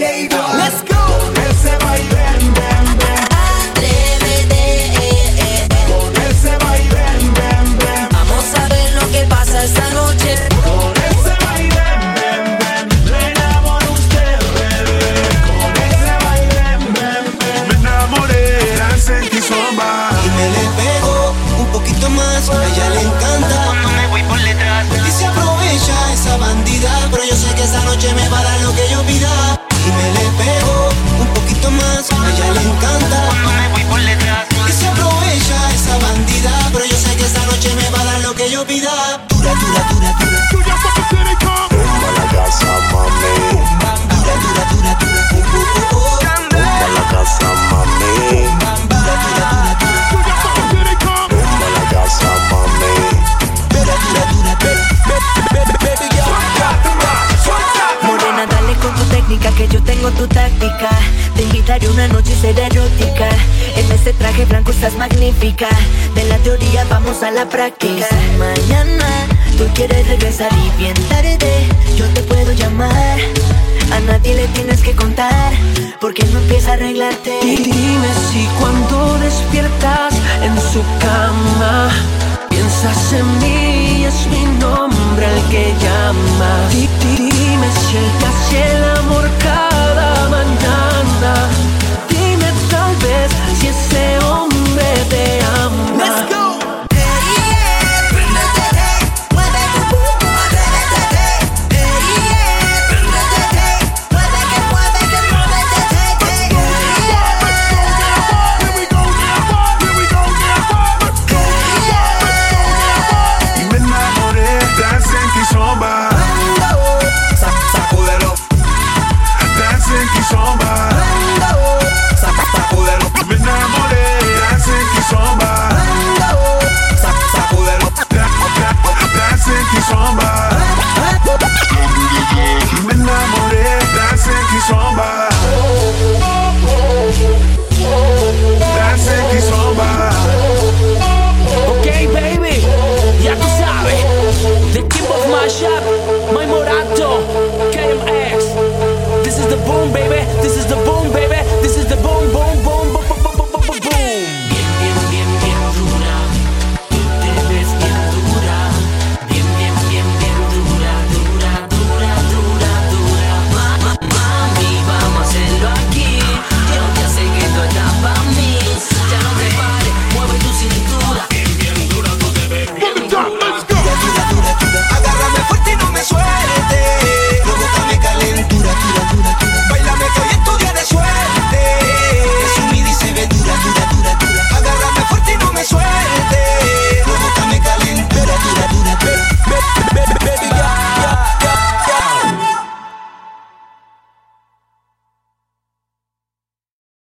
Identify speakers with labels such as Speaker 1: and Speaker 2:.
Speaker 1: eh,
Speaker 2: detrás, a ella le encanta.
Speaker 3: Me voy por detrás.
Speaker 2: Y se aprovecha esa bandida, pero yo sé que esa noche me va a dar lo que yo pida. Y me le pego un poquito más, a ella le encanta.
Speaker 3: Me voy por detrás.
Speaker 2: Y se aprovecha esa bandida, pero yo sé que esa noche me va a dar lo que yo pida. Dura, dura, dura, dura.
Speaker 4: Bomba la casa, mami.
Speaker 2: Dura, dura, dura, dura. Oh, oh, oh, oh.
Speaker 4: Bomba la casa, mami.
Speaker 2: Dura, dura, dura, dura.
Speaker 4: Bomba la casa, mami.
Speaker 2: Dura, dura, dura, dura.
Speaker 1: Morena, dale con tu técnica que yo tengo tu táctica. Te invitaré una noche y será erótica. En ese traje blanco estás magnífica. De la teoría vamos a la práctica. Y si mañana tú quieres regresar y bien tarde, yo te puedo llamar. A nadie le tienes que contar, porque no empieza a arreglarte.
Speaker 5: Y dime si cuando despiertas en su cama piensas en mí, es mi nombre el que llamas. Y dime si él te hace el amor cada